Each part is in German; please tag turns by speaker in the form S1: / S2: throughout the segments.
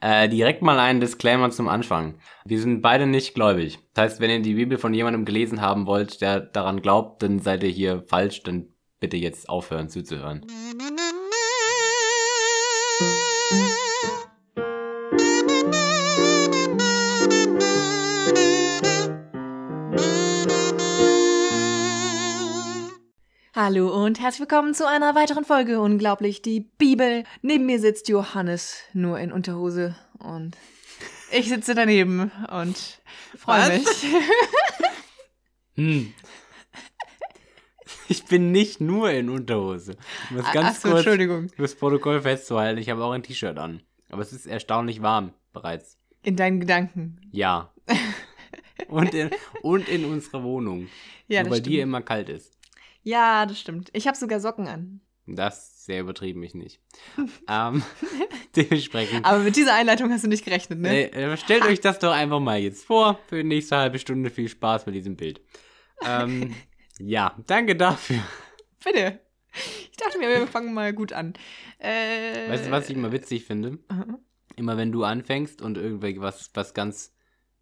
S1: Äh, direkt mal einen Disclaimer zum Anfang. Wir sind beide nicht gläubig. Das heißt, wenn ihr die Bibel von jemandem gelesen haben wollt, der daran glaubt, dann seid ihr hier falsch, dann bitte jetzt aufhören zuzuhören.
S2: Hallo und herzlich willkommen zu einer weiteren Folge Unglaublich die Bibel. Neben mir sitzt Johannes nur in Unterhose und ich sitze daneben und freue mich.
S1: Hm. Ich bin nicht nur in Unterhose. Um das ganz
S2: Ah, Ach so,
S1: kurz
S2: Entschuldigung.
S1: fürs Protokoll festzuhalten, ich habe auch ein T-Shirt an. Aber es ist erstaunlich warm bereits.
S2: In deinen Gedanken.
S1: Ja. Und in, und in unserer Wohnung.
S2: Ja,
S1: nur
S2: das
S1: bei
S2: stimmt.
S1: dir immer kalt ist.
S2: ja, das stimmt. Ich habe sogar Socken an.
S1: Das ist sehr übertrieben ich nicht. ähm, dementsprechend.
S2: Aber mit dieser Einleitung hast du nicht gerechnet, ne?
S1: Nee, äh, stellt euch das doch einfach mal jetzt vor. Für die nächste halbe Stunde viel Spaß mit diesem Bild. Ähm, ja, danke dafür.
S2: Bitte. Ich dachte mir, wir fangen mal gut an. Äh,
S1: Weißt du, was ich immer witzig finde?
S2: aha.
S1: Immer wenn du anfängst und irgendwie was, was ganz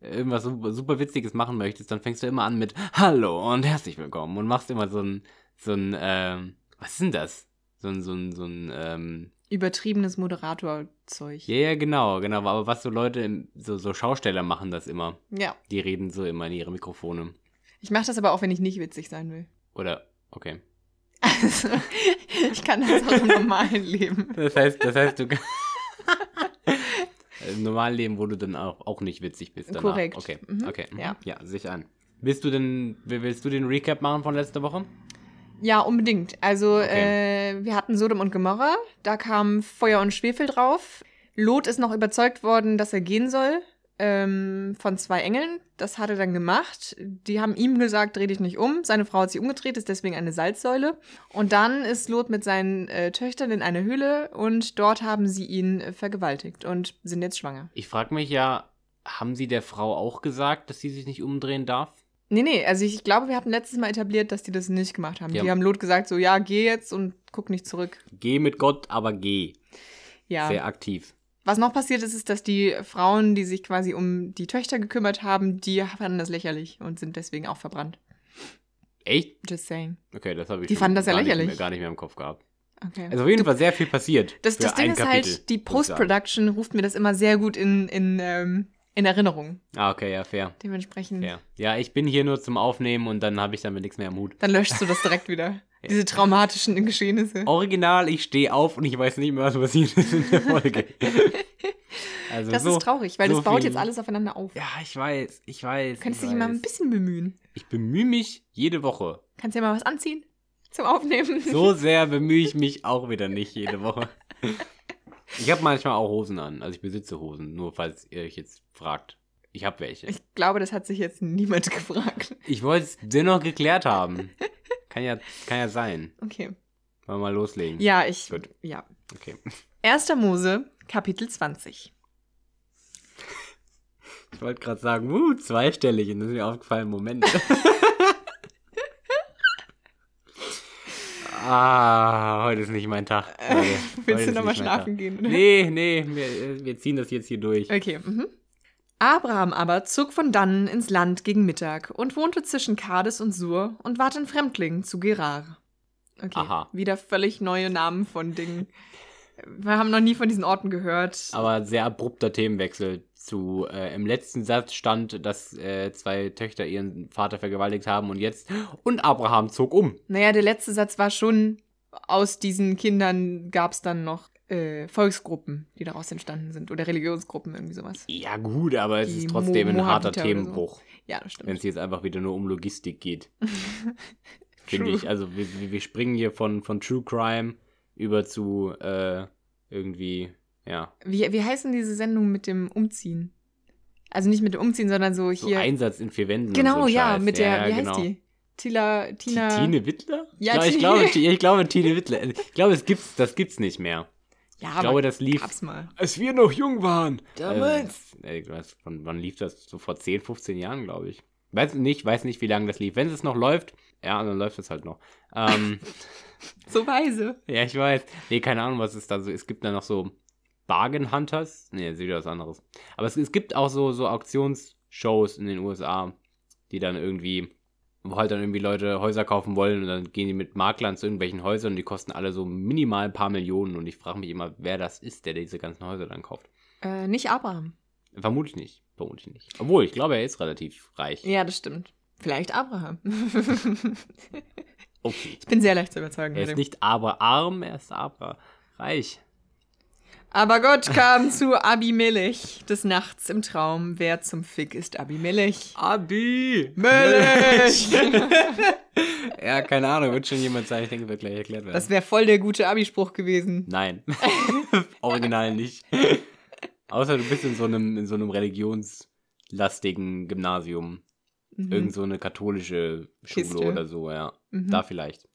S1: irgendwas super, super Witziges machen möchtest, dann fängst du immer an mit Hallo und herzlich willkommen und machst immer so ein, so ein, ähm, was ist denn das? So ein, so ein, so ein, ähm,
S2: Übertriebenes Moderatorzeug.
S1: ja, ja, genau, genau, aber was so Leute, im, so, so Schausteller machen das immer.
S2: Ja.
S1: Die reden so immer in ihre Mikrofone.
S2: Ich mache das aber auch, wenn ich nicht witzig sein will.
S1: Oder, okay.
S2: Also, ich kann das auch im normalen Leben.
S1: Das heißt, das heißt, du kannst. Im normalen Leben, wo du dann auch, auch nicht witzig bist. Danach.
S2: Korrekt.
S1: Okay,
S2: Mhm.
S1: okay. mhm.
S2: Ja.
S1: ja, sich an. Willst du denn, will- willst du den Recap machen von letzter Woche?
S2: Ja, unbedingt. Also,
S1: Okay.
S2: äh, wir hatten Sodom und Gomorra, da kam Feuer und Schwefel drauf. Lot ist noch überzeugt worden, dass er gehen soll ähm, von zwei Engeln. Das hat er dann gemacht. Die haben ihm gesagt, dreh dich nicht um. Seine Frau hat sich umgedreht, ist deswegen eine Salzsäule. Und dann ist Lot mit seinen äh, Töchtern in eine Höhle und dort haben sie ihn äh, vergewaltigt und sind jetzt schwanger.
S1: Ich frage mich ja, haben sie der Frau auch gesagt, dass sie sich nicht umdrehen darf?
S2: Nee, nee, also ich, ich glaube, wir hatten letztes Mal etabliert, dass die das nicht gemacht haben.
S1: Ja.
S2: Die haben Lot gesagt, so, ja, geh jetzt und guck nicht zurück.
S1: Geh mit Gott, aber geh.
S2: Ja.
S1: Sehr aktiv.
S2: Was noch passiert ist, ist, dass die Frauen, die sich quasi um die Töchter gekümmert haben, die fanden das lächerlich und sind deswegen auch verbrannt.
S1: Echt?
S2: Just saying.
S1: Okay, das habe ich
S2: Die
S1: schon
S2: fanden das ja
S1: gar Nicht
S2: lächerlich.
S1: mehr, gar nicht mehr im Kopf gehabt.
S2: Okay.
S1: Also auf jeden Fall sehr viel passiert.
S2: das
S1: für
S2: das Ding
S1: ein
S2: ist
S1: Kapitel,
S2: halt, die
S1: muss ich sagen.
S2: Post-Production ruft mir das immer sehr gut in, in, ähm, in Erinnerung.
S1: Ah, okay, ja, fair.
S2: Dementsprechend.
S1: fair. Ja, ich bin hier nur zum Aufnehmen und dann habe ich damit nichts mehr im Hut.
S2: Dann löschst du das direkt wieder. Diese traumatischen Geschehnisse.
S1: Also Original, ich stehe auf und ich weiß nicht mehr, was passiert ist in der Folge. Also
S2: das
S1: so,
S2: ist traurig, weil
S1: so
S2: das baut
S1: viel-
S2: jetzt alles aufeinander auf.
S1: Ja, ich weiß, ich weiß.
S2: du könntest
S1: ich
S2: dich mal ein
S1: weiß.
S2: bisschen bemühen.
S1: Ich bemühe mich jede Woche.
S2: Kannst dir mal was anziehen zum Aufnehmen.
S1: So sehr bemühe ich mich auch wieder nicht jede Woche. Ich habe manchmal auch Hosen an. Also ich besitze Hosen, nur falls ihr euch jetzt fragt. Ich habe welche.
S2: Ich glaube, das hat sich jetzt niemand gefragt.
S1: Ich wollte es dennoch geklärt haben. Kann ja, kann ja sein.
S2: Okay.
S1: Wollen wir mal loslegen?
S2: Ja, ich.
S1: Hm. Gut.
S2: Ja.
S1: Okay.
S2: 1. Mose, Kapitel 20.
S1: Ich wollte gerade sagen, wuh, zweistellig. Und das ist mir aufgefallen, Moment. ah, heute ist nicht mein Tag. Leute. Heute
S2: Äh, Willst
S1: ist
S2: du nochmal
S1: nicht mein
S2: schlafen gehen?
S1: Tag.
S2: Oder?
S1: Nee, nee, wir, wir ziehen das jetzt hier durch.
S2: Okay. Mhm. Abraham aber zog von dannen ins Land gegen Mittag und wohnte zwischen Kades und Sur und ward ein Fremdling zu Gerar. Okay.
S1: Aha.
S2: Wieder völlig neue Namen von Dingen. Wir haben noch nie von diesen Orten gehört.
S1: Aber sehr abrupter Themenwechsel zu, äh, im letzten Satz stand, dass äh, zwei Töchter ihren Vater vergewaltigt haben und jetzt, und Abraham zog um.
S2: Naja, der letzte Satz war schon, aus diesen Kindern gab es dann noch äh, Volksgruppen, die daraus entstanden sind oder Religionsgruppen, irgendwie sowas.
S1: Ja gut, aber es
S2: Die
S1: ist trotzdem
S2: Mo-
S1: ein harter
S2: Moabiter oder so.
S1: Themenbruch.
S2: Ja, das stimmt.
S1: wenn es jetzt einfach wieder nur um Logistik geht. Finde
S2: True.
S1: ich. Also wir, wir wir springen hier von, von True Crime über zu äh, irgendwie, ja,
S2: Wie, wie heißen diese Sendungen mit dem Umziehen? Also nicht mit dem Umziehen, sondern so
S1: so
S2: hier.
S1: Einsatz in vier Wänden. und
S2: genau,
S1: so ein
S2: ja,
S1: Scheiß.
S2: mit
S1: ja,
S2: der,
S1: ja,
S2: wie
S1: genau.
S2: heißt die? Tila,
S1: Ti-
S2: Tina.
S1: Tine Wittler?
S2: Ja,
S1: ich, glaube, ich, glaube,
S2: Tine-
S1: Ti- ich glaube Tine Wittler. Ich glaube, es gibt's, das gibt's nicht mehr.
S2: Ja,
S1: Ich
S2: aber
S1: glaube, das lief.
S2: gab's mal.
S1: Als wir noch jung waren.
S2: Damals.
S1: Äh, äh, was, von, wann lief das? So vor 10, 15 Jahren, glaube ich. Weiß nicht, weiß nicht, wie lange das lief. Wenn es noch läuft, ja, dann läuft es halt noch. Ähm,
S2: So weise.
S1: Ja, ich weiß. Nee, keine Ahnung, was es da so Es gibt da noch so Bargain Hunters. Nee, das ist wieder was anderes. Aber es, es gibt auch so, so Auktionsshows in den USA, die dann irgendwie, wo halt dann irgendwie Leute Häuser kaufen wollen und dann gehen die mit Maklern zu irgendwelchen Häusern und die kosten alle so minimal ein paar Millionen und ich frage mich immer, wer das ist, der diese ganzen Häuser dann kauft.
S2: Äh, nicht Abraham.
S1: Vermutlich nicht. Vermutlich nicht. Obwohl, ich glaube, er ist relativ reich.
S2: Ja, das stimmt. Vielleicht Abraham.
S1: Okay.
S2: ich bin sehr leicht zu überzeugen.
S1: Er
S2: mit
S1: ist
S2: dem.
S1: nicht aber arm, er ist aber reich.
S2: Aber Gott kam zu Abimelech des Nachts im Traum. Wer zum Fick ist Abimelech?
S1: Abi!
S2: Möllisch!
S1: ja, keine Ahnung, wird schon jemand sein. Ich denke, wird gleich erklärt werden.
S2: Das wäre voll der gute Abispruch gewesen.
S1: Nein. Original nicht. Außer du bist in so einem, in so einem religionslastigen Gymnasium.
S2: Mhm.
S1: Irgend so eine katholische Schule
S2: Kiste.
S1: oder so, ja.
S2: Mhm.
S1: Da vielleicht.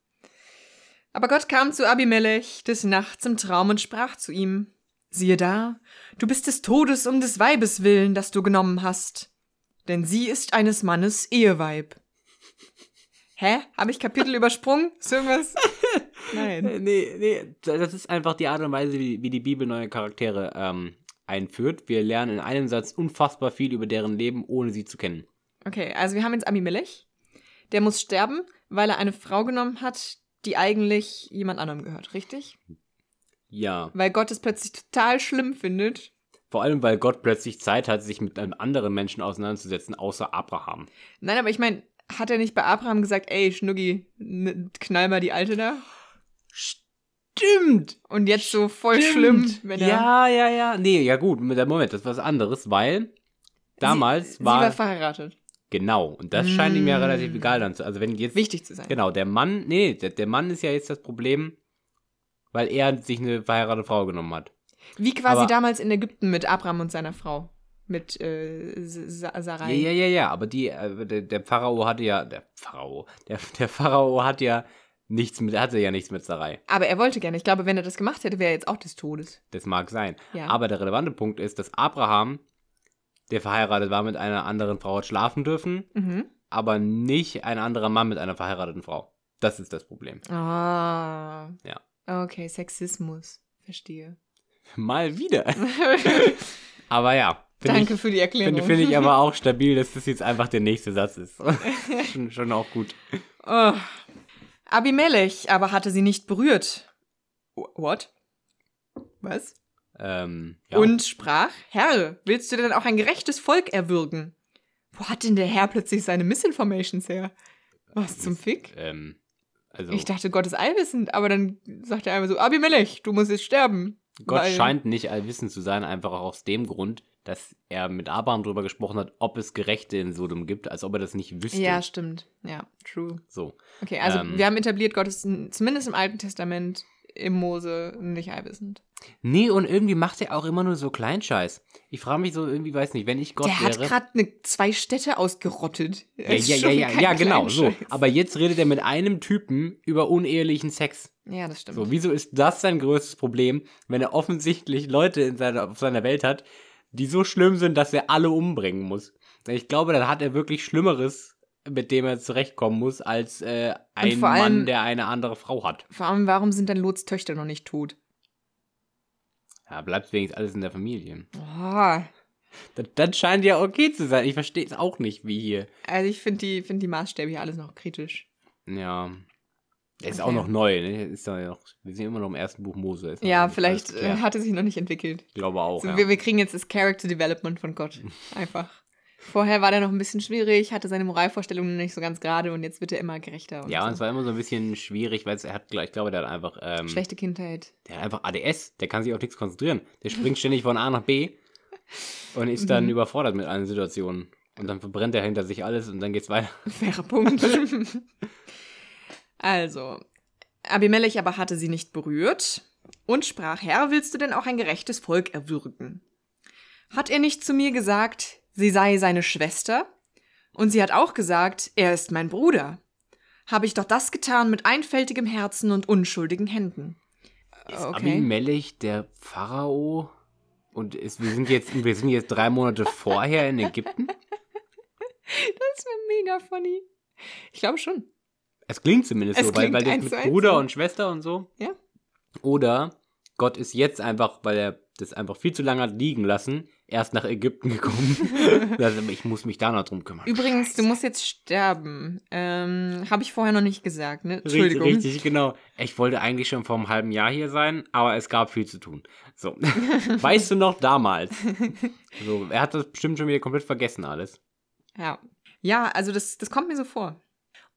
S2: Aber Gott kam zu Abimelech des Nachts im Traum und sprach zu ihm: Siehe da, du bist des Todes um des Weibes willen, das du genommen hast. Denn sie ist eines Mannes Eheweib. Hä? Habe ich Kapitel übersprungen? Ist irgendwas? Nein.
S1: Äh, Nee, nee, das ist einfach die Art und Weise, wie, wie die Bibel neue Charaktere ähm, einführt. Wir lernen in einem Satz unfassbar viel über deren Leben, ohne sie zu kennen.
S2: Okay, also wir haben jetzt Abimelech. Der muss sterben, weil er eine Frau genommen hat, die eigentlich jemand anderem gehört, richtig?
S1: Ja.
S2: Weil Gott es plötzlich total schlimm findet.
S1: Vor allem, weil Gott plötzlich Zeit hat, sich mit einem anderen Menschen auseinanderzusetzen, außer Abraham.
S2: Nein, aber ich meine, hat er nicht bei Abraham gesagt, ey, Schnuggi, ne, knall mal die Alte da?
S1: Stimmt!
S2: Und jetzt so voll schlimm, wenn er.
S1: ja, ja, ja. Nee, ja gut, mit- Moment, das ist was anderes, weil damals
S2: sie,
S1: war.
S2: Sie war verheiratet.
S1: genau, und das scheint ihm ja
S2: Mm.
S1: relativ egal dann zu. Also wenn jetzt.
S2: Wichtig zu sein.
S1: Genau, der Mann, nee, der, der Mann ist ja jetzt das Problem, weil er sich eine verheiratete Frau genommen hat.
S2: Wie quasi
S1: Aber-
S2: damals in Ägypten mit Abraham und seiner Frau. Mit äh, Sa- Sa- Sarai.
S1: Ja, ja, ja, ja, aber die, äh, der, der Pharao hatte ja, der Pharao, der, der Pharao hat ja nichts mit, hatte ja nichts mit Sarai.
S2: Aber er wollte gerne. Ich glaube, wenn er das gemacht hätte, wäre er jetzt auch des Todes.
S1: Das mag sein.
S2: Ja.
S1: Aber der relevante Punkt ist, dass Abraham, der verheiratet war, mit einer anderen Frau hat schlafen dürfen,
S2: Mhm.
S1: aber nicht ein anderer Mann mit einer verheirateten Frau. Das ist das Problem.
S2: Ah.
S1: Ja.
S2: Okay, Sexismus. Verstehe.
S1: Mal wieder. Aber ja. find
S2: Danke
S1: ich,
S2: für die Erklärung.
S1: Finde find ich aber auch stabil, dass das jetzt einfach der nächste Satz ist. schon, schon auch gut.
S2: Oh. Abimelech aber hatte sie nicht berührt. What? Was?
S1: Ähm, ja.
S2: Und sprach, Herr, willst du denn auch ein gerechtes Volk erwürgen? Wo hat denn der Herr plötzlich seine Misinformations her? Was zum Fick?
S1: Ähm, also,
S2: Ich dachte, Gott ist allwissend, aber dann sagt er einmal so, Abimelech, du musst jetzt sterben.
S1: Gott
S2: weil-
S1: scheint nicht allwissend zu sein, einfach auch aus dem Grund, dass er mit Abraham drüber gesprochen hat, ob es Gerechte in Sodom gibt, als ob er das nicht wüsste.
S2: Ja, stimmt. Ja, true.
S1: So.
S2: Okay, also
S1: Ähm.
S2: wir haben etabliert, Gott ist n- zumindest im Alten Testament, im Mose, nicht allwissend.
S1: Nee, und irgendwie macht er auch immer nur so Kleinscheiß. Ich frage mich so irgendwie, weiß nicht, wenn ich Gott
S2: der
S1: wäre.
S2: hat gerade ne, zwei Städte ausgerottet.
S1: ja, ja, ja, ja, ja, genau, so. Aber jetzt redet er mit einem Typen über unehelichen Sex.
S2: ja, das stimmt.
S1: So, wieso ist das sein größtes Problem, wenn er offensichtlich Leute in seiner, auf seiner Welt hat, die so schlimm sind, dass er alle umbringen muss? Ich glaube, dann hat er wirklich Schlimmeres, mit dem er zurechtkommen muss, als äh, ein
S2: vor allem-
S1: Mann, der eine andere Frau hat.
S2: Vor allem, warum sind dann Lots Töchter noch nicht tot?
S1: Ja, bleibt wenigstens alles in der Familie.
S2: Oh,
S1: Das, das scheint ja okay zu sein. Ich verstehe es auch nicht, wie hier.
S2: also ich finde die, find die Maßstäbe hier alles noch kritisch.
S1: Ja. Er ist
S2: Okay.
S1: auch noch neu, ne? Ist ja noch, wir sind immer noch im ersten Buch Mose. Ist noch nicht
S2: Ja,
S1: alles
S2: vielleicht äh,
S1: geklärt.
S2: hat er sich noch nicht entwickelt.
S1: Ich glaube auch.
S2: so,
S1: ja.
S2: wir, wir kriegen jetzt das Character Development von Gott. Einfach. Vorher war der noch ein bisschen schwierig, hatte seine Moralvorstellungen noch nicht so ganz gerade und jetzt wird er immer gerechter. Und
S1: ja, und es
S2: so.
S1: war immer so ein bisschen schwierig, weil es- er hat, ich glaube, der hat einfach, ähm,
S2: Schlechte Kindheit.
S1: der hat einfach ADS, der kann sich auf nichts konzentrieren. Der springt ständig von A nach B und ist dann
S2: Mhm.
S1: überfordert mit allen Situationen. Und dann verbrennt er hinter sich alles und dann geht's weiter.
S2: Fairer Punkt. also, Abimelech aber hatte sie nicht berührt und sprach, Herr, willst du denn auch ein gerechtes Volk erwürgen? Hat er nicht zu mir gesagt, sie sei seine Schwester? Und sie hat auch gesagt, er ist mein Bruder. Habe ich doch das getan mit einfältigem Herzen und unschuldigen Händen. Ah,
S1: Ist Abimelech der Pharao? Und ist, wir, sind jetzt, wir sind jetzt drei Monate vorher in Ägypten?
S2: Das wäre mega funny. Ich glaube schon.
S1: Es klingt zumindest
S2: Es
S1: so, weil,
S2: klingt
S1: weil das
S2: eins
S1: mit
S2: zu eins
S1: Bruder
S2: so.
S1: und Schwester und so.
S2: Ja.
S1: Oder Gott ist jetzt einfach, weil er das einfach viel zu lange hat liegen lassen, erst nach Ägypten gekommen. also, ich muss mich da noch drum kümmern.
S2: Übrigens, du musst jetzt sterben. Ähm, Habe ich vorher noch nicht gesagt, ne? Entschuldigung.
S1: Richtig, richtig, genau. Ich wollte eigentlich schon vor einem halben Jahr hier sein, aber es gab viel zu tun. So. weißt du noch damals? So, er hat das bestimmt schon wieder komplett vergessen alles.
S2: Ja. Ja, also das, das kommt mir so vor.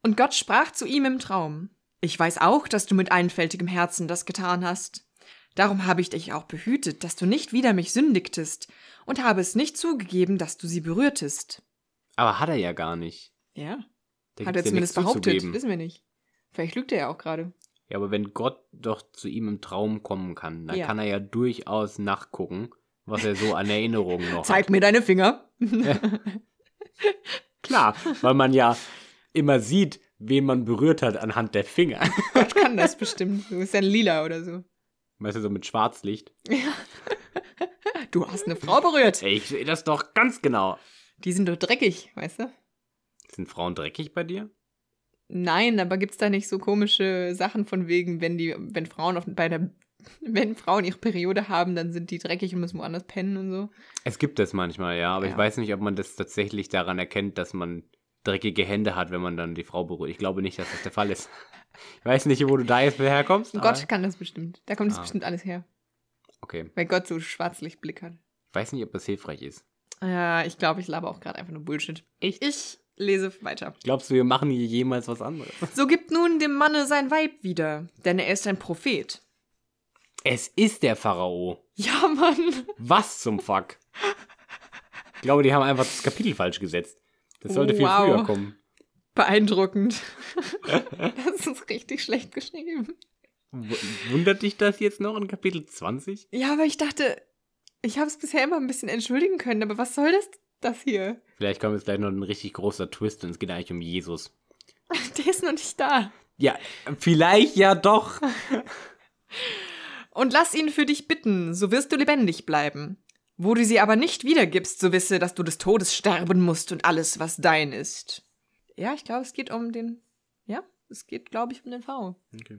S2: Und Gott sprach zu ihm im Traum. Ich weiß auch, dass du mit einfältigem Herzen das getan hast. Darum habe ich dich auch behütet, dass du nicht wider mich sündigtest und habe es nicht zugegeben, dass du sie berührtest.
S1: Aber hat er ja gar nicht.
S2: Ja,
S1: Da
S2: hat
S1: gibt's
S2: er
S1: ja
S2: zumindest
S1: nichts
S2: behauptet.
S1: zuzugeben.
S2: Wissen wir nicht. Vielleicht lügt er ja auch gerade.
S1: Ja, aber wenn Gott doch zu ihm im Traum kommen kann, dann
S2: Ja.
S1: kann er ja durchaus nachgucken, was er so an Erinnerungen noch
S2: Zeig
S1: Oh, hat.
S2: mir deine Finger.
S1: Klar, weil man ja immer sieht, wen man berührt hat anhand der Finger.
S2: Gott kann das bestimmt. Du bist ja ein Lila oder so.
S1: Weißt du, so mit Schwarzlicht.
S2: Du hast eine Frau berührt.
S1: Ey, ich sehe das doch ganz genau.
S2: Die sind doch dreckig, weißt du?
S1: Sind Frauen dreckig bei dir?
S2: Nein, aber gibt's da nicht so komische Sachen von wegen, wenn die, wenn Frauen auf, bei der, wenn Frauen ihre Periode haben, dann sind die dreckig und müssen woanders pennen und so.
S1: Es gibt das manchmal, ja, aber ich
S2: Ja.
S1: weiß nicht, ob man das tatsächlich daran erkennt, dass man dreckige Hände hat, wenn man dann die Frau berührt. Ich glaube nicht, dass das der Fall ist. Ich weiß nicht, wo du da jetzt herkommst.
S2: Und
S1: aber-
S2: Gott kann das bestimmt. Da kommt das
S1: Ah.
S2: bestimmt alles her,
S1: Okay.
S2: weil Gott so Schwarzlichtblick hat.
S1: Ich weiß nicht, ob das hilfreich ist.
S2: Ja, ich glaube, ich laber auch gerade einfach nur Bullshit.
S1: Echt?
S2: Ich lese weiter.
S1: Glaubst du, wir machen hier jemals was anderes?
S2: So gibt nun dem Manne sein Weib wieder, denn er ist ein Prophet.
S1: Es ist der Pharao.
S2: Ja, Mann.
S1: Was zum Fuck? Ich glaube, die haben einfach das Kapitel falsch gesetzt. Das sollte viel
S2: Wow.
S1: früher kommen.
S2: Beeindruckend. das ist richtig schlecht geschrieben.
S1: W wundert dich das jetzt noch in Kapitel 20?
S2: Ja, aber ich dachte, ich habe es bisher immer ein bisschen entschuldigen können, aber was soll das, das hier?
S1: Vielleicht kommt jetzt gleich noch ein richtig großer Twist und es geht eigentlich um Jesus.
S2: Der ist noch nicht da.
S1: Ja, vielleicht ja doch.
S2: Und lass ihn für dich bitten, so wirst du lebendig bleiben. Wo du sie aber nicht wiedergibst, so wisse, dass du des Todes sterben musst und alles, was dein ist. Ja, ich glaube, es geht um den. Ja, es geht, glaube ich, um den V.
S1: Okay.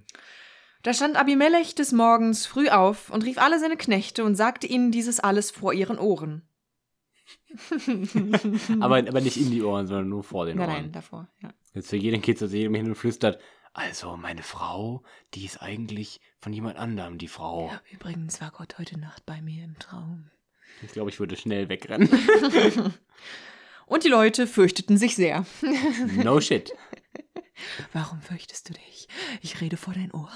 S2: Da stand Abimelech des Morgens früh auf und rief alle seine Knechte und sagte ihnen dieses alles vor ihren Ohren.
S1: Aber, aber nicht in die Ohren, sondern nur vor den
S2: Mhm. Nein,
S1: Ohren.
S2: nein, davor, ja.
S1: Jetzt für jeden geht zu jedem hin und flüstert, also meine Frau, die ist eigentlich von jemand anderem die Frau.
S2: Übrigens war Gott heute Nacht bei mir im Traum.
S1: Ich glaube, ich würde schnell wegrennen.
S2: Und die Leute fürchteten sich sehr.
S1: No shit.
S2: Warum fürchtest du dich? Ich rede vor dein Ohr.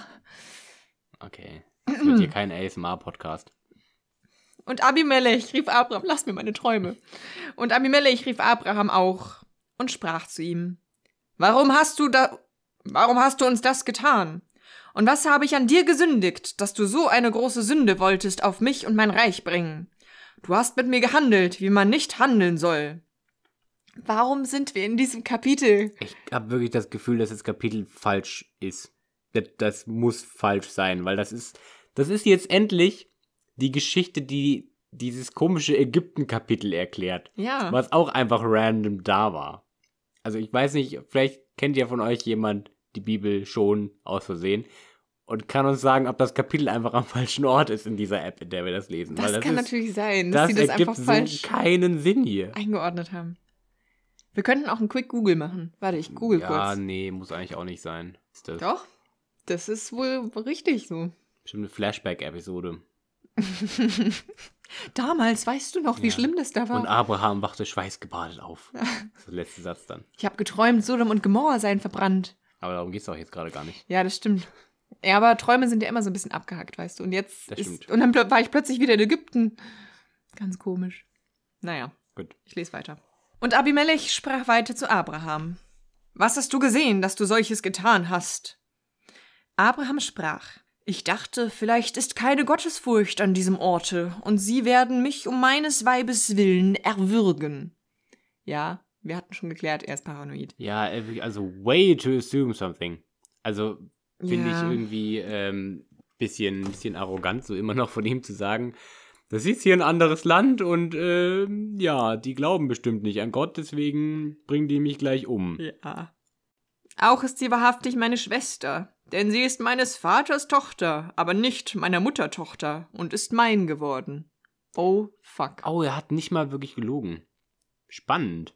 S1: Okay. Das wird hier kein ASMR-Podcast.
S2: Und Abimelech rief Abraham, lass mir meine Träume. Und Abimelech rief Abraham auch und sprach zu ihm, warum hast du da, warum hast du uns das getan? Und was habe ich an dir gesündigt, dass du so eine große Sünde wolltest auf mich und mein Reich bringen? Du hast mit mir gehandelt, wie man nicht handeln soll. Warum sind wir in diesem Kapitel?
S1: Ich habe wirklich das Gefühl, dass das Kapitel falsch ist. Das, das muss falsch sein, weil das ist, das ist jetzt endlich die Geschichte, die dieses komische Ägypten-Kapitel erklärt,
S2: Ja.
S1: was auch einfach random da war. Also ich weiß nicht, vielleicht kennt ja von euch jemand die Bibel schon aus Versehen und kann uns sagen, ob das Kapitel einfach am falschen Ort ist in dieser App, in der wir das lesen.
S2: Das,
S1: weil
S2: kann
S1: ist,
S2: natürlich sein, dass
S1: das
S2: sie das
S1: ergibt
S2: einfach
S1: so
S2: falsch
S1: keinen Sinn hier.
S2: eingeordnet haben. Wir könnten auch einen Quick Google machen. Warte, ich google
S1: ja,
S2: kurz.
S1: nee, muss eigentlich auch nicht sein. Ist das
S2: Doch. Das ist wohl richtig so.
S1: bestimmt eine Flashback-Episode.
S2: Damals weißt du noch, wie
S1: Ja.
S2: schlimm das da
S1: Und
S2: war.
S1: Abraham wachte schweißgebadet auf. Das ist der letzte Satz dann.
S2: Ich habe geträumt, Sodom und Gomorra seien verbrannt.
S1: Aber darum geht es auch jetzt gerade gar nicht.
S2: Ja, das stimmt. Ja, aber Träume sind ja immer so ein bisschen abgehackt, weißt du. Und jetzt
S1: Das
S2: ist,
S1: stimmt.
S2: und dann plö- war ich plötzlich wieder in Ägypten. Ganz komisch. Naja,
S1: Gut.
S2: ich lese weiter. Und Abimelech sprach weiter zu Abraham. Was hast du gesehen, dass du solches getan hast? Abraham sprach. Ich dachte, vielleicht ist keine Gottesfurcht an diesem Orte, und sie werden mich um meines Weibes willen erwürgen. Ja, wir hatten schon geklärt, er ist paranoid.
S1: Ja, also way to assume something. Also finde ich
S2: Ja.
S1: irgendwie ähm, bisschen, bisschen arrogant, so immer noch von ihm zu sagen, das ist hier ein anderes Land und ähm, ja, die glauben bestimmt nicht an Gott, deswegen bringen die mich gleich um.
S2: Ja. Auch ist sie wahrhaftig meine Schwester, denn sie ist meines Vaters Tochter, aber nicht meiner Mutter Tochter und ist mein geworden. Oh fuck.
S1: Oh, er hat nicht mal wirklich gelogen. Spannend.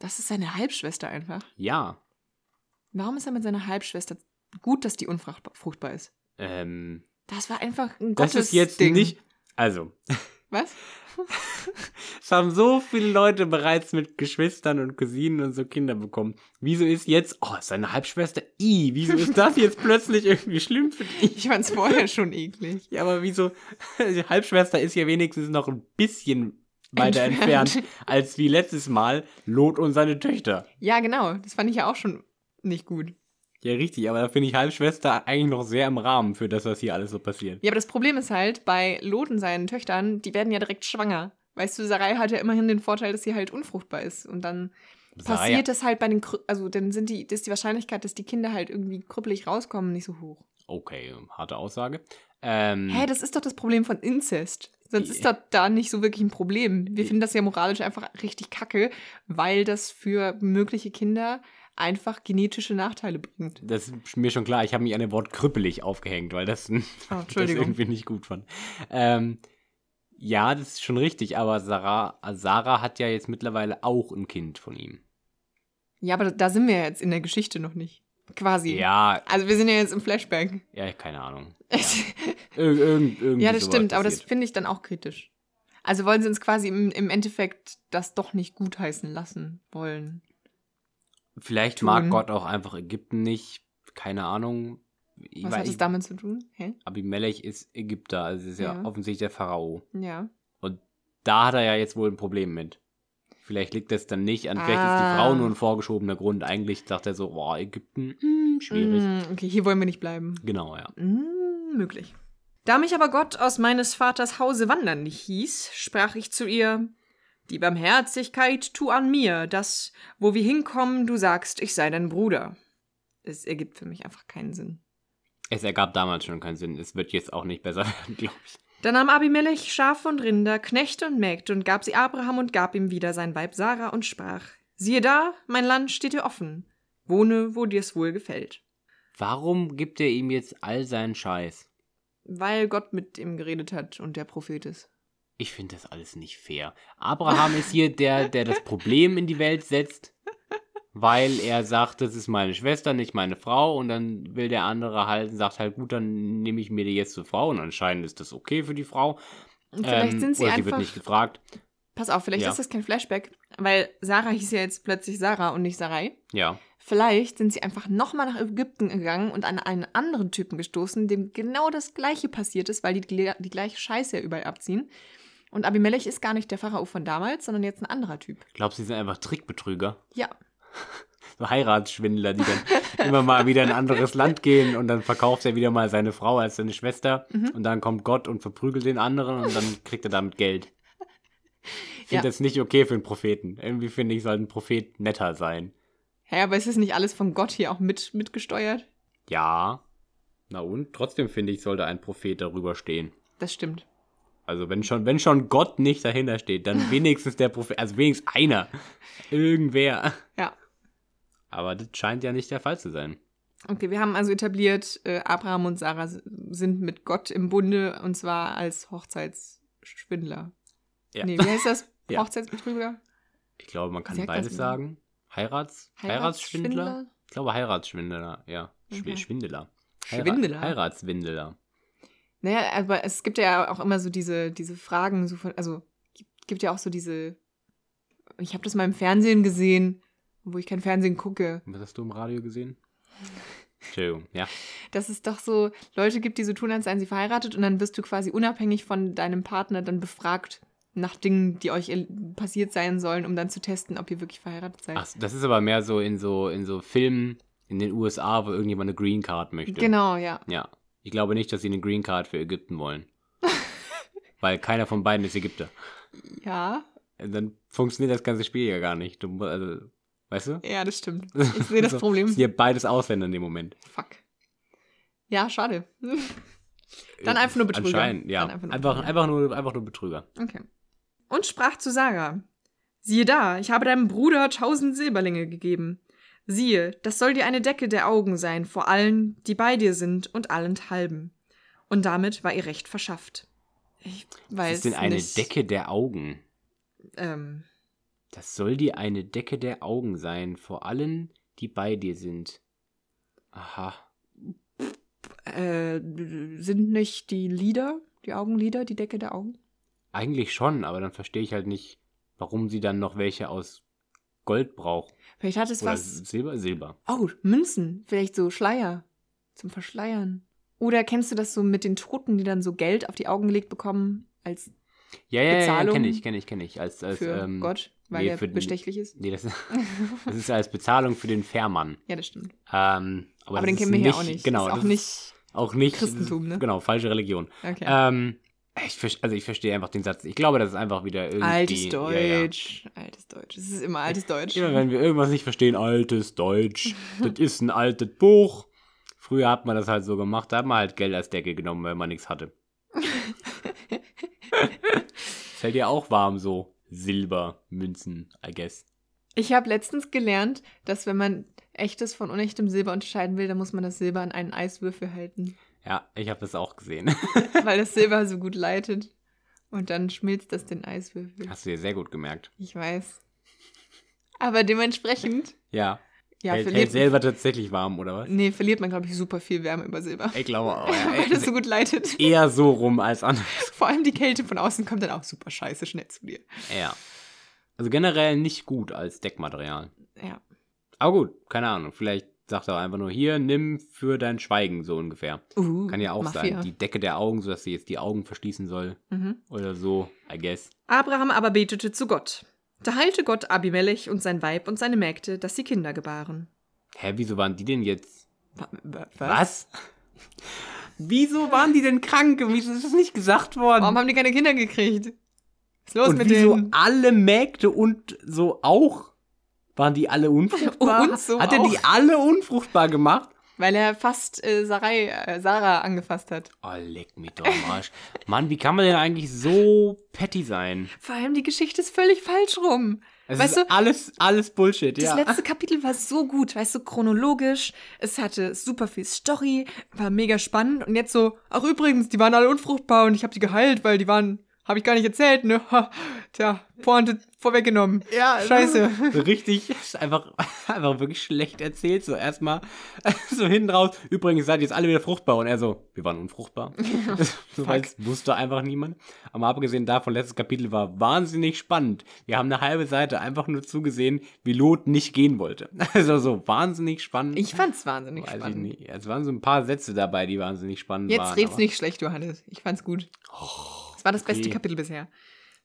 S2: Das ist seine Halbschwester einfach.
S1: Ja.
S2: Warum ist er mit seiner Halbschwester gut, dass die unfruchtbar ist?
S1: Ähm,
S2: Das war einfach ein
S1: das
S2: Gottes
S1: ist jetzt
S2: Ding.
S1: nicht. Also,
S2: Was?
S1: es haben so viele Leute bereits mit Geschwistern und Cousinen und so Kinder bekommen. Wieso ist jetzt. Oh, ist seine Halbschwester. I. Wieso ist das jetzt plötzlich irgendwie schlimm für dich?
S2: Ich fand's vorher schon eklig.
S1: Ja, aber wieso? Die Halbschwester ist ja wenigstens noch ein bisschen weiter entfernt,
S2: Entfernt.
S1: als wie letztes Mal Lot und seine Töchter.
S2: Ja, genau. Das fand ich ja auch schon nicht gut.
S1: Ja, richtig, aber da finde ich Halbschwester eigentlich noch sehr im Rahmen für das, was hier alles so passiert.
S2: Ja, aber das Problem ist halt, bei Lot und seinen Töchtern, die werden ja direkt schwanger. Weißt du, Sarai hat ja immerhin den Vorteil, dass sie halt unfruchtbar ist. Und dann
S1: Sarah,
S2: passiert das halt bei den, Krü- also dann sind die, ist die Wahrscheinlichkeit, dass die Kinder halt irgendwie krüppelig rauskommen, nicht so hoch.
S1: Okay, harte Aussage. Ähm,
S2: Hä, das ist doch das Problem von Inzest. Sonst
S1: Ja.
S2: ist das da nicht so wirklich ein Problem. Wir
S1: Ja.
S2: finden das ja moralisch einfach richtig kacke, weil das für mögliche Kinder einfach genetische Nachteile bringt.
S1: das ist mir schon klar. Ich habe mich an dem Wort krüppelig aufgehängt, weil das,
S2: Oh,
S1: das
S2: Entschuldigung.
S1: irgendwie nicht gut fand. Ähm, ja, das ist schon richtig, aber Sarah, Sarah hat ja jetzt mittlerweile auch ein Kind von ihm.
S2: Ja, aber da sind wir ja jetzt in der Geschichte noch nicht. Quasi.
S1: Ja,
S2: Also wir sind ja jetzt im Flashback.
S1: ja, keine Ahnung. Ir irgend, irgendwie
S2: Ja, das
S1: sowas
S2: stimmt, aber das
S1: passiert.
S2: finde ich dann auch kritisch. Also wollen sie uns quasi im, im Endeffekt das doch nicht gutheißen lassen wollen.
S1: Vielleicht
S2: tun.
S1: mag Gott auch einfach Ägypten nicht. Keine Ahnung. Ich
S2: Was
S1: weiß-
S2: hat es
S1: ich-
S2: damit zu tun? Hä?
S1: Abimelech ist Ägypter, also ist ja,
S2: Ja.
S1: offensichtlich der Pharao.
S2: Ja.
S1: Da hat er ja jetzt wohl ein Problem mit. Vielleicht liegt das dann nicht an, vielleicht ist die
S2: Ah.
S1: Frau nur ein vorgeschobener Grund. Eigentlich sagt er so, boah, Ägypten, mm, schwierig.
S2: Mm, okay, hier wollen wir nicht bleiben.
S1: Genau, ja.
S2: Mm, möglich. Da mich aber Gott aus meines Vaters Hause wandern nicht hieß, sprach ich zu ihr, die Barmherzigkeit tu an mir, dass, wo wir hinkommen, du sagst, ich sei dein Bruder. Es ergibt für mich einfach keinen Sinn.
S1: Es ergab damals schon keinen Sinn. Es wird jetzt auch nicht besser werden, glaube ich.
S2: Da nahm Abimelech Schafe und Rinder, Knechte und Mägde und gab sie Abraham und gab ihm wieder sein Weib Sarah und sprach: Siehe da, mein Land steht dir offen. Wohne, wo dir's wohl gefällt.
S1: Warum gibt er ihm jetzt all seinen Scheiß?
S2: Weil Gott mit ihm geredet hat und der Prophet ist.
S1: Ich finde das alles nicht fair. Abraham ist hier der, der das Problem in die Welt setzt, weil er sagt, das ist meine Schwester, nicht meine Frau. Und dann will der andere halt, sagt halt, gut, dann nehme ich mir die jetzt zur Frau. Und anscheinend ist das okay für die Frau.
S2: Und vielleicht
S1: Ähm,
S2: sind sie
S1: oder sie
S2: einfach.
S1: wird nicht gefragt.
S2: pass auf, vielleicht
S1: Ja.
S2: ist das kein Flashback, weil Sarah hieß ja jetzt plötzlich Sarah und nicht Sarai.
S1: Ja.
S2: Vielleicht sind sie einfach nochmal nach Ägypten gegangen und an einen anderen Typen gestoßen, dem genau das Gleiche passiert ist, weil die gle- die gleiche Scheiße ja überall abziehen. Und Abimelech ist gar nicht der Pharao von damals, sondern jetzt ein anderer Typ.
S1: Glaubst du, sie sind einfach Trickbetrüger?
S2: Ja,
S1: So Heiratsschwindler, die dann immer mal wieder in ein anderes Land gehen und dann verkauft er wieder mal seine Frau als seine Schwester
S2: Mhm.
S1: und dann kommt Gott und verprügelt den anderen und dann kriegt er damit Geld. Ich finde
S2: Ja.
S1: das nicht okay für einen Propheten. Irgendwie finde ich, sollte ein Prophet netter sein.
S2: hä, aber ist das nicht alles von Gott hier auch mit, mitgesteuert?
S1: Ja. Na und? Trotzdem finde ich, sollte ein Prophet darüber stehen.
S2: Das stimmt.
S1: Also wenn schon, wenn schon Gott nicht dahinter steht, dann wenigstens der Prophet, also wenigstens einer. Irgendwer.
S2: Ja.
S1: Aber das scheint ja nicht der Fall zu sein.
S2: Okay, wir haben also etabliert, äh, Abraham und Sarah s- sind mit Gott im Bunde und zwar als Hochzeitsschwindler.
S1: Ja.
S2: Nee, wie heißt das?
S1: Ja.
S2: Hochzeitsbetrüger?
S1: Ich glaube, man kann
S2: Sagt das
S1: beides
S2: mir.
S1: sagen. Heirats Heiratsschwindler? Ich glaube Heiratsschwindler, ja. Schw
S2: Okay.
S1: Schwindler. Heira-
S2: Schwindler.
S1: Heiratswindler.
S2: Naja, aber es gibt ja auch immer so diese, diese Fragen, so von, also gibt, gibt ja auch so diese, ich habe das mal im Fernsehen gesehen, wo ich kein Fernsehen gucke,
S1: Was hast du im Radio gesehen? Entschuldigung, ja.
S2: dass es doch so Leute gibt, die so tun, als seien sie verheiratet und dann wirst du quasi unabhängig von deinem Partner dann befragt nach Dingen, die euch il- passiert sein sollen, um dann zu testen, ob ihr wirklich verheiratet seid.
S1: Ach, das ist aber mehr so in so in so Filmen in den USA, wo irgendjemand eine Green Card möchte.
S2: genau, ja.
S1: Ja. Ich glaube nicht, dass sie eine Green Card für Ägypten wollen. Weil keiner von beiden ist Ägypter.
S2: Ja,
S1: Und Dann funktioniert das ganze Spiel ja gar nicht. Du, mu- also, weißt du?
S2: ja, das stimmt. Ich sehe das
S1: So,
S2: Problem.
S1: Sind ja beides Ausländer in dem Moment.
S2: Fuck. Ja, schade. Dann einfach nur Betrüger.
S1: Äh, Anscheinend, ja.
S2: Dann einfach nur
S1: einfach,
S2: Betrüger.
S1: einfach, nur, einfach nur Betrüger.
S2: Okay. Und sprach zu Sarah: Siehe da, ich habe deinem Bruder tausend Silberlinge gegeben. Siehe, das soll dir eine Decke der Augen sein vor allen, die bei dir sind und allenthalben. Und damit war ihr Recht verschafft. Ich
S1: Was
S2: weiß
S1: ist denn eine
S2: nicht.
S1: Decke der Augen?
S2: Ähm,
S1: Das soll dir eine Decke der Augen sein, vor allen, die bei dir sind. Aha.
S2: äh, sind nicht die Lider, die Augenlider, die Decke der Augen?
S1: Eigentlich schon, aber dann verstehe ich halt nicht, warum sie dann noch welche aus Gold braucht.
S2: Vielleicht hat es
S1: Oder
S2: was.
S1: Silber? Silber.
S2: Oh, Münzen. Vielleicht so Schleier. Zum Verschleiern. Oder kennst du das so mit den Toten, die dann so Geld auf die Augen gelegt bekommen, als
S1: Ja, ja, ja, ja
S2: Bezahlung
S1: kenne ich, kenne ich, kenne ich. Als, als,
S2: für
S1: ähm,
S2: Gott, weil
S1: nee,
S2: er
S1: für den-
S2: bestechlich ist?
S1: Nee, das, das ist als Bezahlung für den Fährmann.
S2: ja, das stimmt.
S1: Ähm, aber
S2: Aber,
S1: das
S2: den
S1: ist
S2: kennen wir hier auch nicht.
S1: Genau,
S2: Ist
S1: das
S2: auch nicht.
S1: auch nicht
S2: Christentum, ne?
S1: Genau, falsche Religion.
S2: Okay.
S1: Ähm, ich, ver- also ich verstehe einfach den Satz. Ich glaube, das ist einfach wieder irgendwie.
S2: altes
S1: Ja, ja.
S2: Deutsch. Altes Deutsch. Es ist immer altes Deutsch.
S1: Immer wenn wir irgendwas nicht verstehen, altes Deutsch, das ist ein altes Buch. Früher hat man das halt so gemacht, da hat man halt Geld als Decke genommen, wenn man nichts hatte. Fällt ja auch warm so. Silber, Münzen, I guess.
S2: Ich habe letztens gelernt, dass wenn man echtes von unechtem Silber unterscheiden will, dann muss man das Silber an einen Eiswürfel halten,
S1: Ja, ich habe das auch gesehen.
S2: weil das Silber so gut leitet. Und dann schmilzt das den Eiswürfel.
S1: Hast du dir sehr gut gemerkt.
S2: Ich weiß. Aber dementsprechend,
S1: Ja.
S2: ja,
S1: hält, hält
S2: verliert,
S1: Silber tatsächlich warm, oder was?
S2: nee, verliert man, glaube ich, super viel Wärme über Silber.
S1: Ich glaube auch. Ja.
S2: weil das so gut leitet.
S1: Eher so rum als anders.
S2: Vor allem die Kälte von außen kommt dann auch super scheiße schnell zu dir.
S1: Ja. Also generell nicht gut als Deckmaterial.
S2: Ja.
S1: Aber gut, keine Ahnung. Vielleicht sagt er auch einfach nur hier, nimm für dein Schweigen so ungefähr.
S2: Uh,
S1: Kann ja auch
S2: Mafia.
S1: sein. Die Decke der Augen, sodass sie jetzt die Augen verschließen soll.
S2: Mhm.
S1: Oder so, I guess.
S2: Abraham aber betete zu Gott. Da heilte Gott Abimelech und sein Weib und seine Mägde, dass sie Kinder gebaren.
S1: Hä, wieso waren die denn jetzt?
S2: Wa- wa-
S1: Was? wieso waren die denn krank? Wieso ist das nicht gesagt worden?
S2: Warum haben die keine Kinder gekriegt? Was ist los
S1: und
S2: mit
S1: wieso
S2: denen?
S1: alle Mägde und so auch? Waren die alle unfruchtbar?
S2: Und so
S1: Hat er die
S2: auch.
S1: alle unfruchtbar gemacht?
S2: Weil er fast äh, Sarai, äh, Sarah angefasst hat.
S1: Oh, leck mich doch am Arsch. Mann, wie kann man denn eigentlich so petty sein?
S2: Vor allem die Geschichte ist völlig falsch rum.
S1: Es
S2: Weißt
S1: ist alles, alles Bullshit,
S2: Das
S1: ja.
S2: letzte Kapitel war so gut, weißt du, chronologisch. Es hatte super viel Story, war mega spannend. Und jetzt so, ach übrigens, die waren alle unfruchtbar und ich habe die geheilt, weil die waren, habe ich gar nicht erzählt, ne? Ha, tja, Pointe vorweggenommen.
S1: Ja,
S2: Scheiße.
S1: So richtig, ist einfach, einfach wirklich schlecht erzählt. So erstmal so hinten raus. Übrigens seid ihr jetzt alle wieder fruchtbar. Und er so, wir waren unfruchtbar. so weiß, wusste einfach niemand. Aber mal abgesehen davon, letztes Kapitel war wahnsinnig spannend. Wir haben eine halbe Seite einfach nur zugesehen, wie Lot nicht gehen wollte. Also so wahnsinnig spannend.
S2: Ich fand's wahnsinnig
S1: Weiß
S2: spannend.
S1: ich nicht. Es waren so ein paar Sätze dabei, die wahnsinnig spannend waren.
S2: Jetzt red's
S1: aber- Oh,
S2: nicht schlecht, Johannes. Ich fand's gut. Es war das beste
S1: okay.
S2: Kapitel bisher.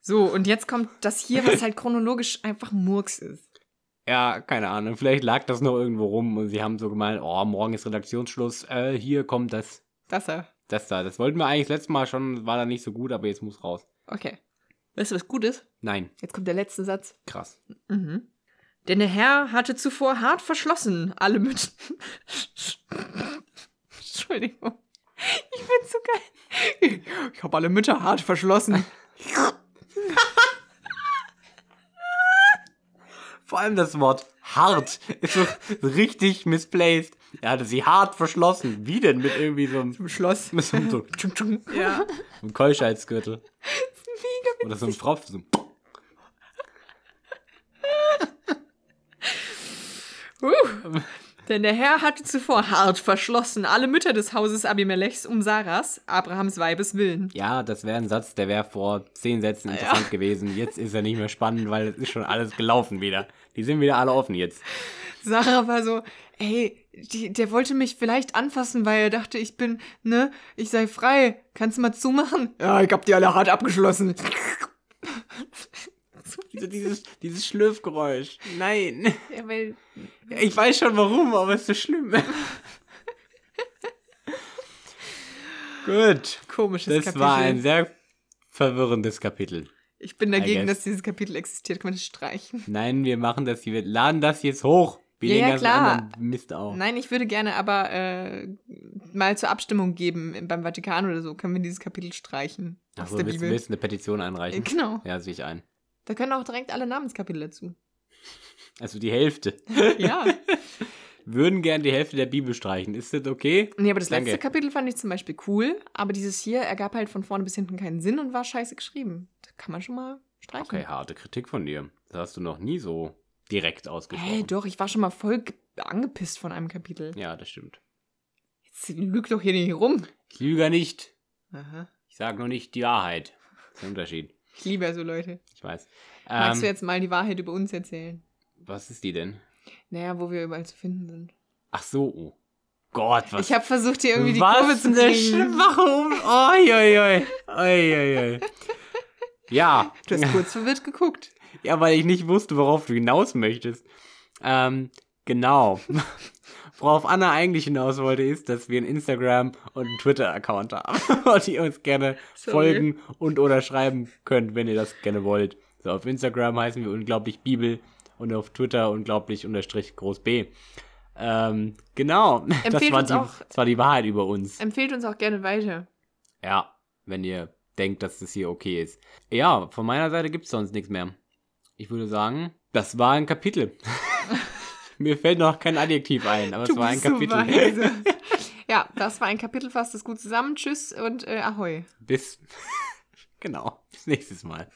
S2: So, und jetzt kommt das hier, was halt chronologisch einfach Murks ist.
S1: Ja, keine Ahnung. Vielleicht lag das noch irgendwo rum und sie haben so gemeint, oh, morgen ist Redaktionsschluss. Äh, hier kommt das,
S2: Das er.
S1: das da. Das wollten wir eigentlich das letzte Mal schon, war da nicht so gut, aber jetzt muss raus.
S2: Okay. Weißt du, was gut ist?
S1: Nein,
S2: Jetzt kommt der letzte Satz.
S1: krass.
S2: Mhm. Denn der Herr hatte zuvor hart verschlossen alle Mütter. Entschuldigung. Ich bin so geil. Ich habe alle Mütter hart verschlossen.
S1: Vor allem das Wort hart ist so richtig misplaced. Er hatte sie hart verschlossen. Wie denn mit irgendwie so einem,
S2: Im Schloss.
S1: mit so einem, so
S2: Tschung, tschung.
S1: ja. einem Keuschheitsgürtel
S2: Mega
S1: oder so einem Tropf. So.
S2: Uh. Denn der Herr hatte zuvor hart verschlossen alle Mütter des Hauses Abimelechs um Saras, Abrahams Weibes willen.
S1: Ja, das wäre ein Satz, der wäre vor zehn Sätzen interessant gewesen. Jetzt ist er nicht mehr spannend, weil es ist schon alles gelaufen wieder. Die sind wieder alle offen jetzt.
S2: Sarah war so, ey, die, der wollte mich vielleicht anfassen, weil er dachte, ich bin, ne, ich sei frei. Kannst du mal zumachen? Ja, ich hab die alle hart abgeschlossen.
S1: Diese, dieses, dieses Schlürfgeräusch. Nein.
S2: Ja, weil,
S1: Ich weiß schon warum, aber es ist so schlimm. Gut.
S2: komisches
S1: Das
S2: Kapitel.
S1: war ein sehr verwirrendes Kapitel.
S2: ich bin dagegen,
S1: I guess.
S2: dass dieses Kapitel existiert. Kann man das streichen?
S1: Nein, wir machen das, hier- wir laden das jetzt hoch. Wir
S2: Ja,
S1: legen
S2: ja,
S1: das
S2: klar.
S1: anderen Mist auf.
S2: Nein, ich würde gerne aber äh, mal zur Abstimmung geben beim Vatikan oder so. Können wir dieses Kapitel streichen? Aus
S1: Achso,
S2: der
S1: willst,
S2: Bibel.
S1: willst du eine Petition
S2: Äh,
S1: einreichen?
S2: Genau.
S1: Ja, sehe ich ein.
S2: Da können auch direkt alle Namenskapitel dazu.
S1: Also die Hälfte.
S2: Ja.
S1: würden gern die Hälfte der Bibel streichen. Ist das okay?
S2: Nee, aber das
S1: Danke.
S2: letzte Kapitel fand ich zum Beispiel cool, aber dieses hier ergab halt von vorne bis hinten keinen Sinn und war scheiße geschrieben. Das kann man schon mal streichen.
S1: Okay, harte Kritik von dir. Das hast du noch nie so direkt ausgesprochen.
S2: Hey, doch, ich war schon mal voll ge- angepisst von einem Kapitel.
S1: Ja, das stimmt.
S2: Jetzt lüg doch hier nicht rum.
S1: Ich lüge nicht. Ich sage nur nicht die Wahrheit. Das ist ein Unterschied.
S2: Ich liebe ja so Leute.
S1: Ich weiß.
S2: Magst
S1: Ähm,
S2: du jetzt mal die Wahrheit über uns erzählen?
S1: Was ist die denn?
S2: Naja, wo wir überall zu finden sind.
S1: Ach so. Oh Gott, was
S2: Ich habe versucht, dir irgendwie die
S1: Was
S2: Kurve zu
S1: eine
S2: kriegen.
S1: schwache um Uiuiui. Uiuiui. Ja.
S2: Du hast kurz verwirrt geguckt.
S1: ja, weil ich nicht wusste, worauf du hinaus möchtest. Ähm, genau. Worauf Anna eigentlich hinaus wollte, ist, dass wir einen Instagram- und einen Twitter-Account haben, und ihr uns gerne
S2: Sorry.
S1: folgen und oder schreiben könnt, wenn ihr das gerne wollt. So, auf Instagram heißen wir unglaublich Bibel und auf Twitter unglaublich unterstrich groß B. Ähm, genau. das,
S2: Empfehlt
S1: war
S2: uns
S1: die,
S2: auch-
S1: das war die Wahrheit über uns.
S2: Empfehlt uns auch gerne weiter.
S1: Ja, wenn ihr denkt, dass das hier okay ist. Ja, von meiner Seite gibt es sonst nichts mehr. Ich würde sagen, das war ein Kapitel. Mir fällt noch kein Adjektiv ein, aber es war ein Kapitel.
S2: weise. ja, das war ein Kapitel, fasst es gut zusammen. Tschüss und äh, Ahoi.
S1: bis. genau, bis nächstes Mal.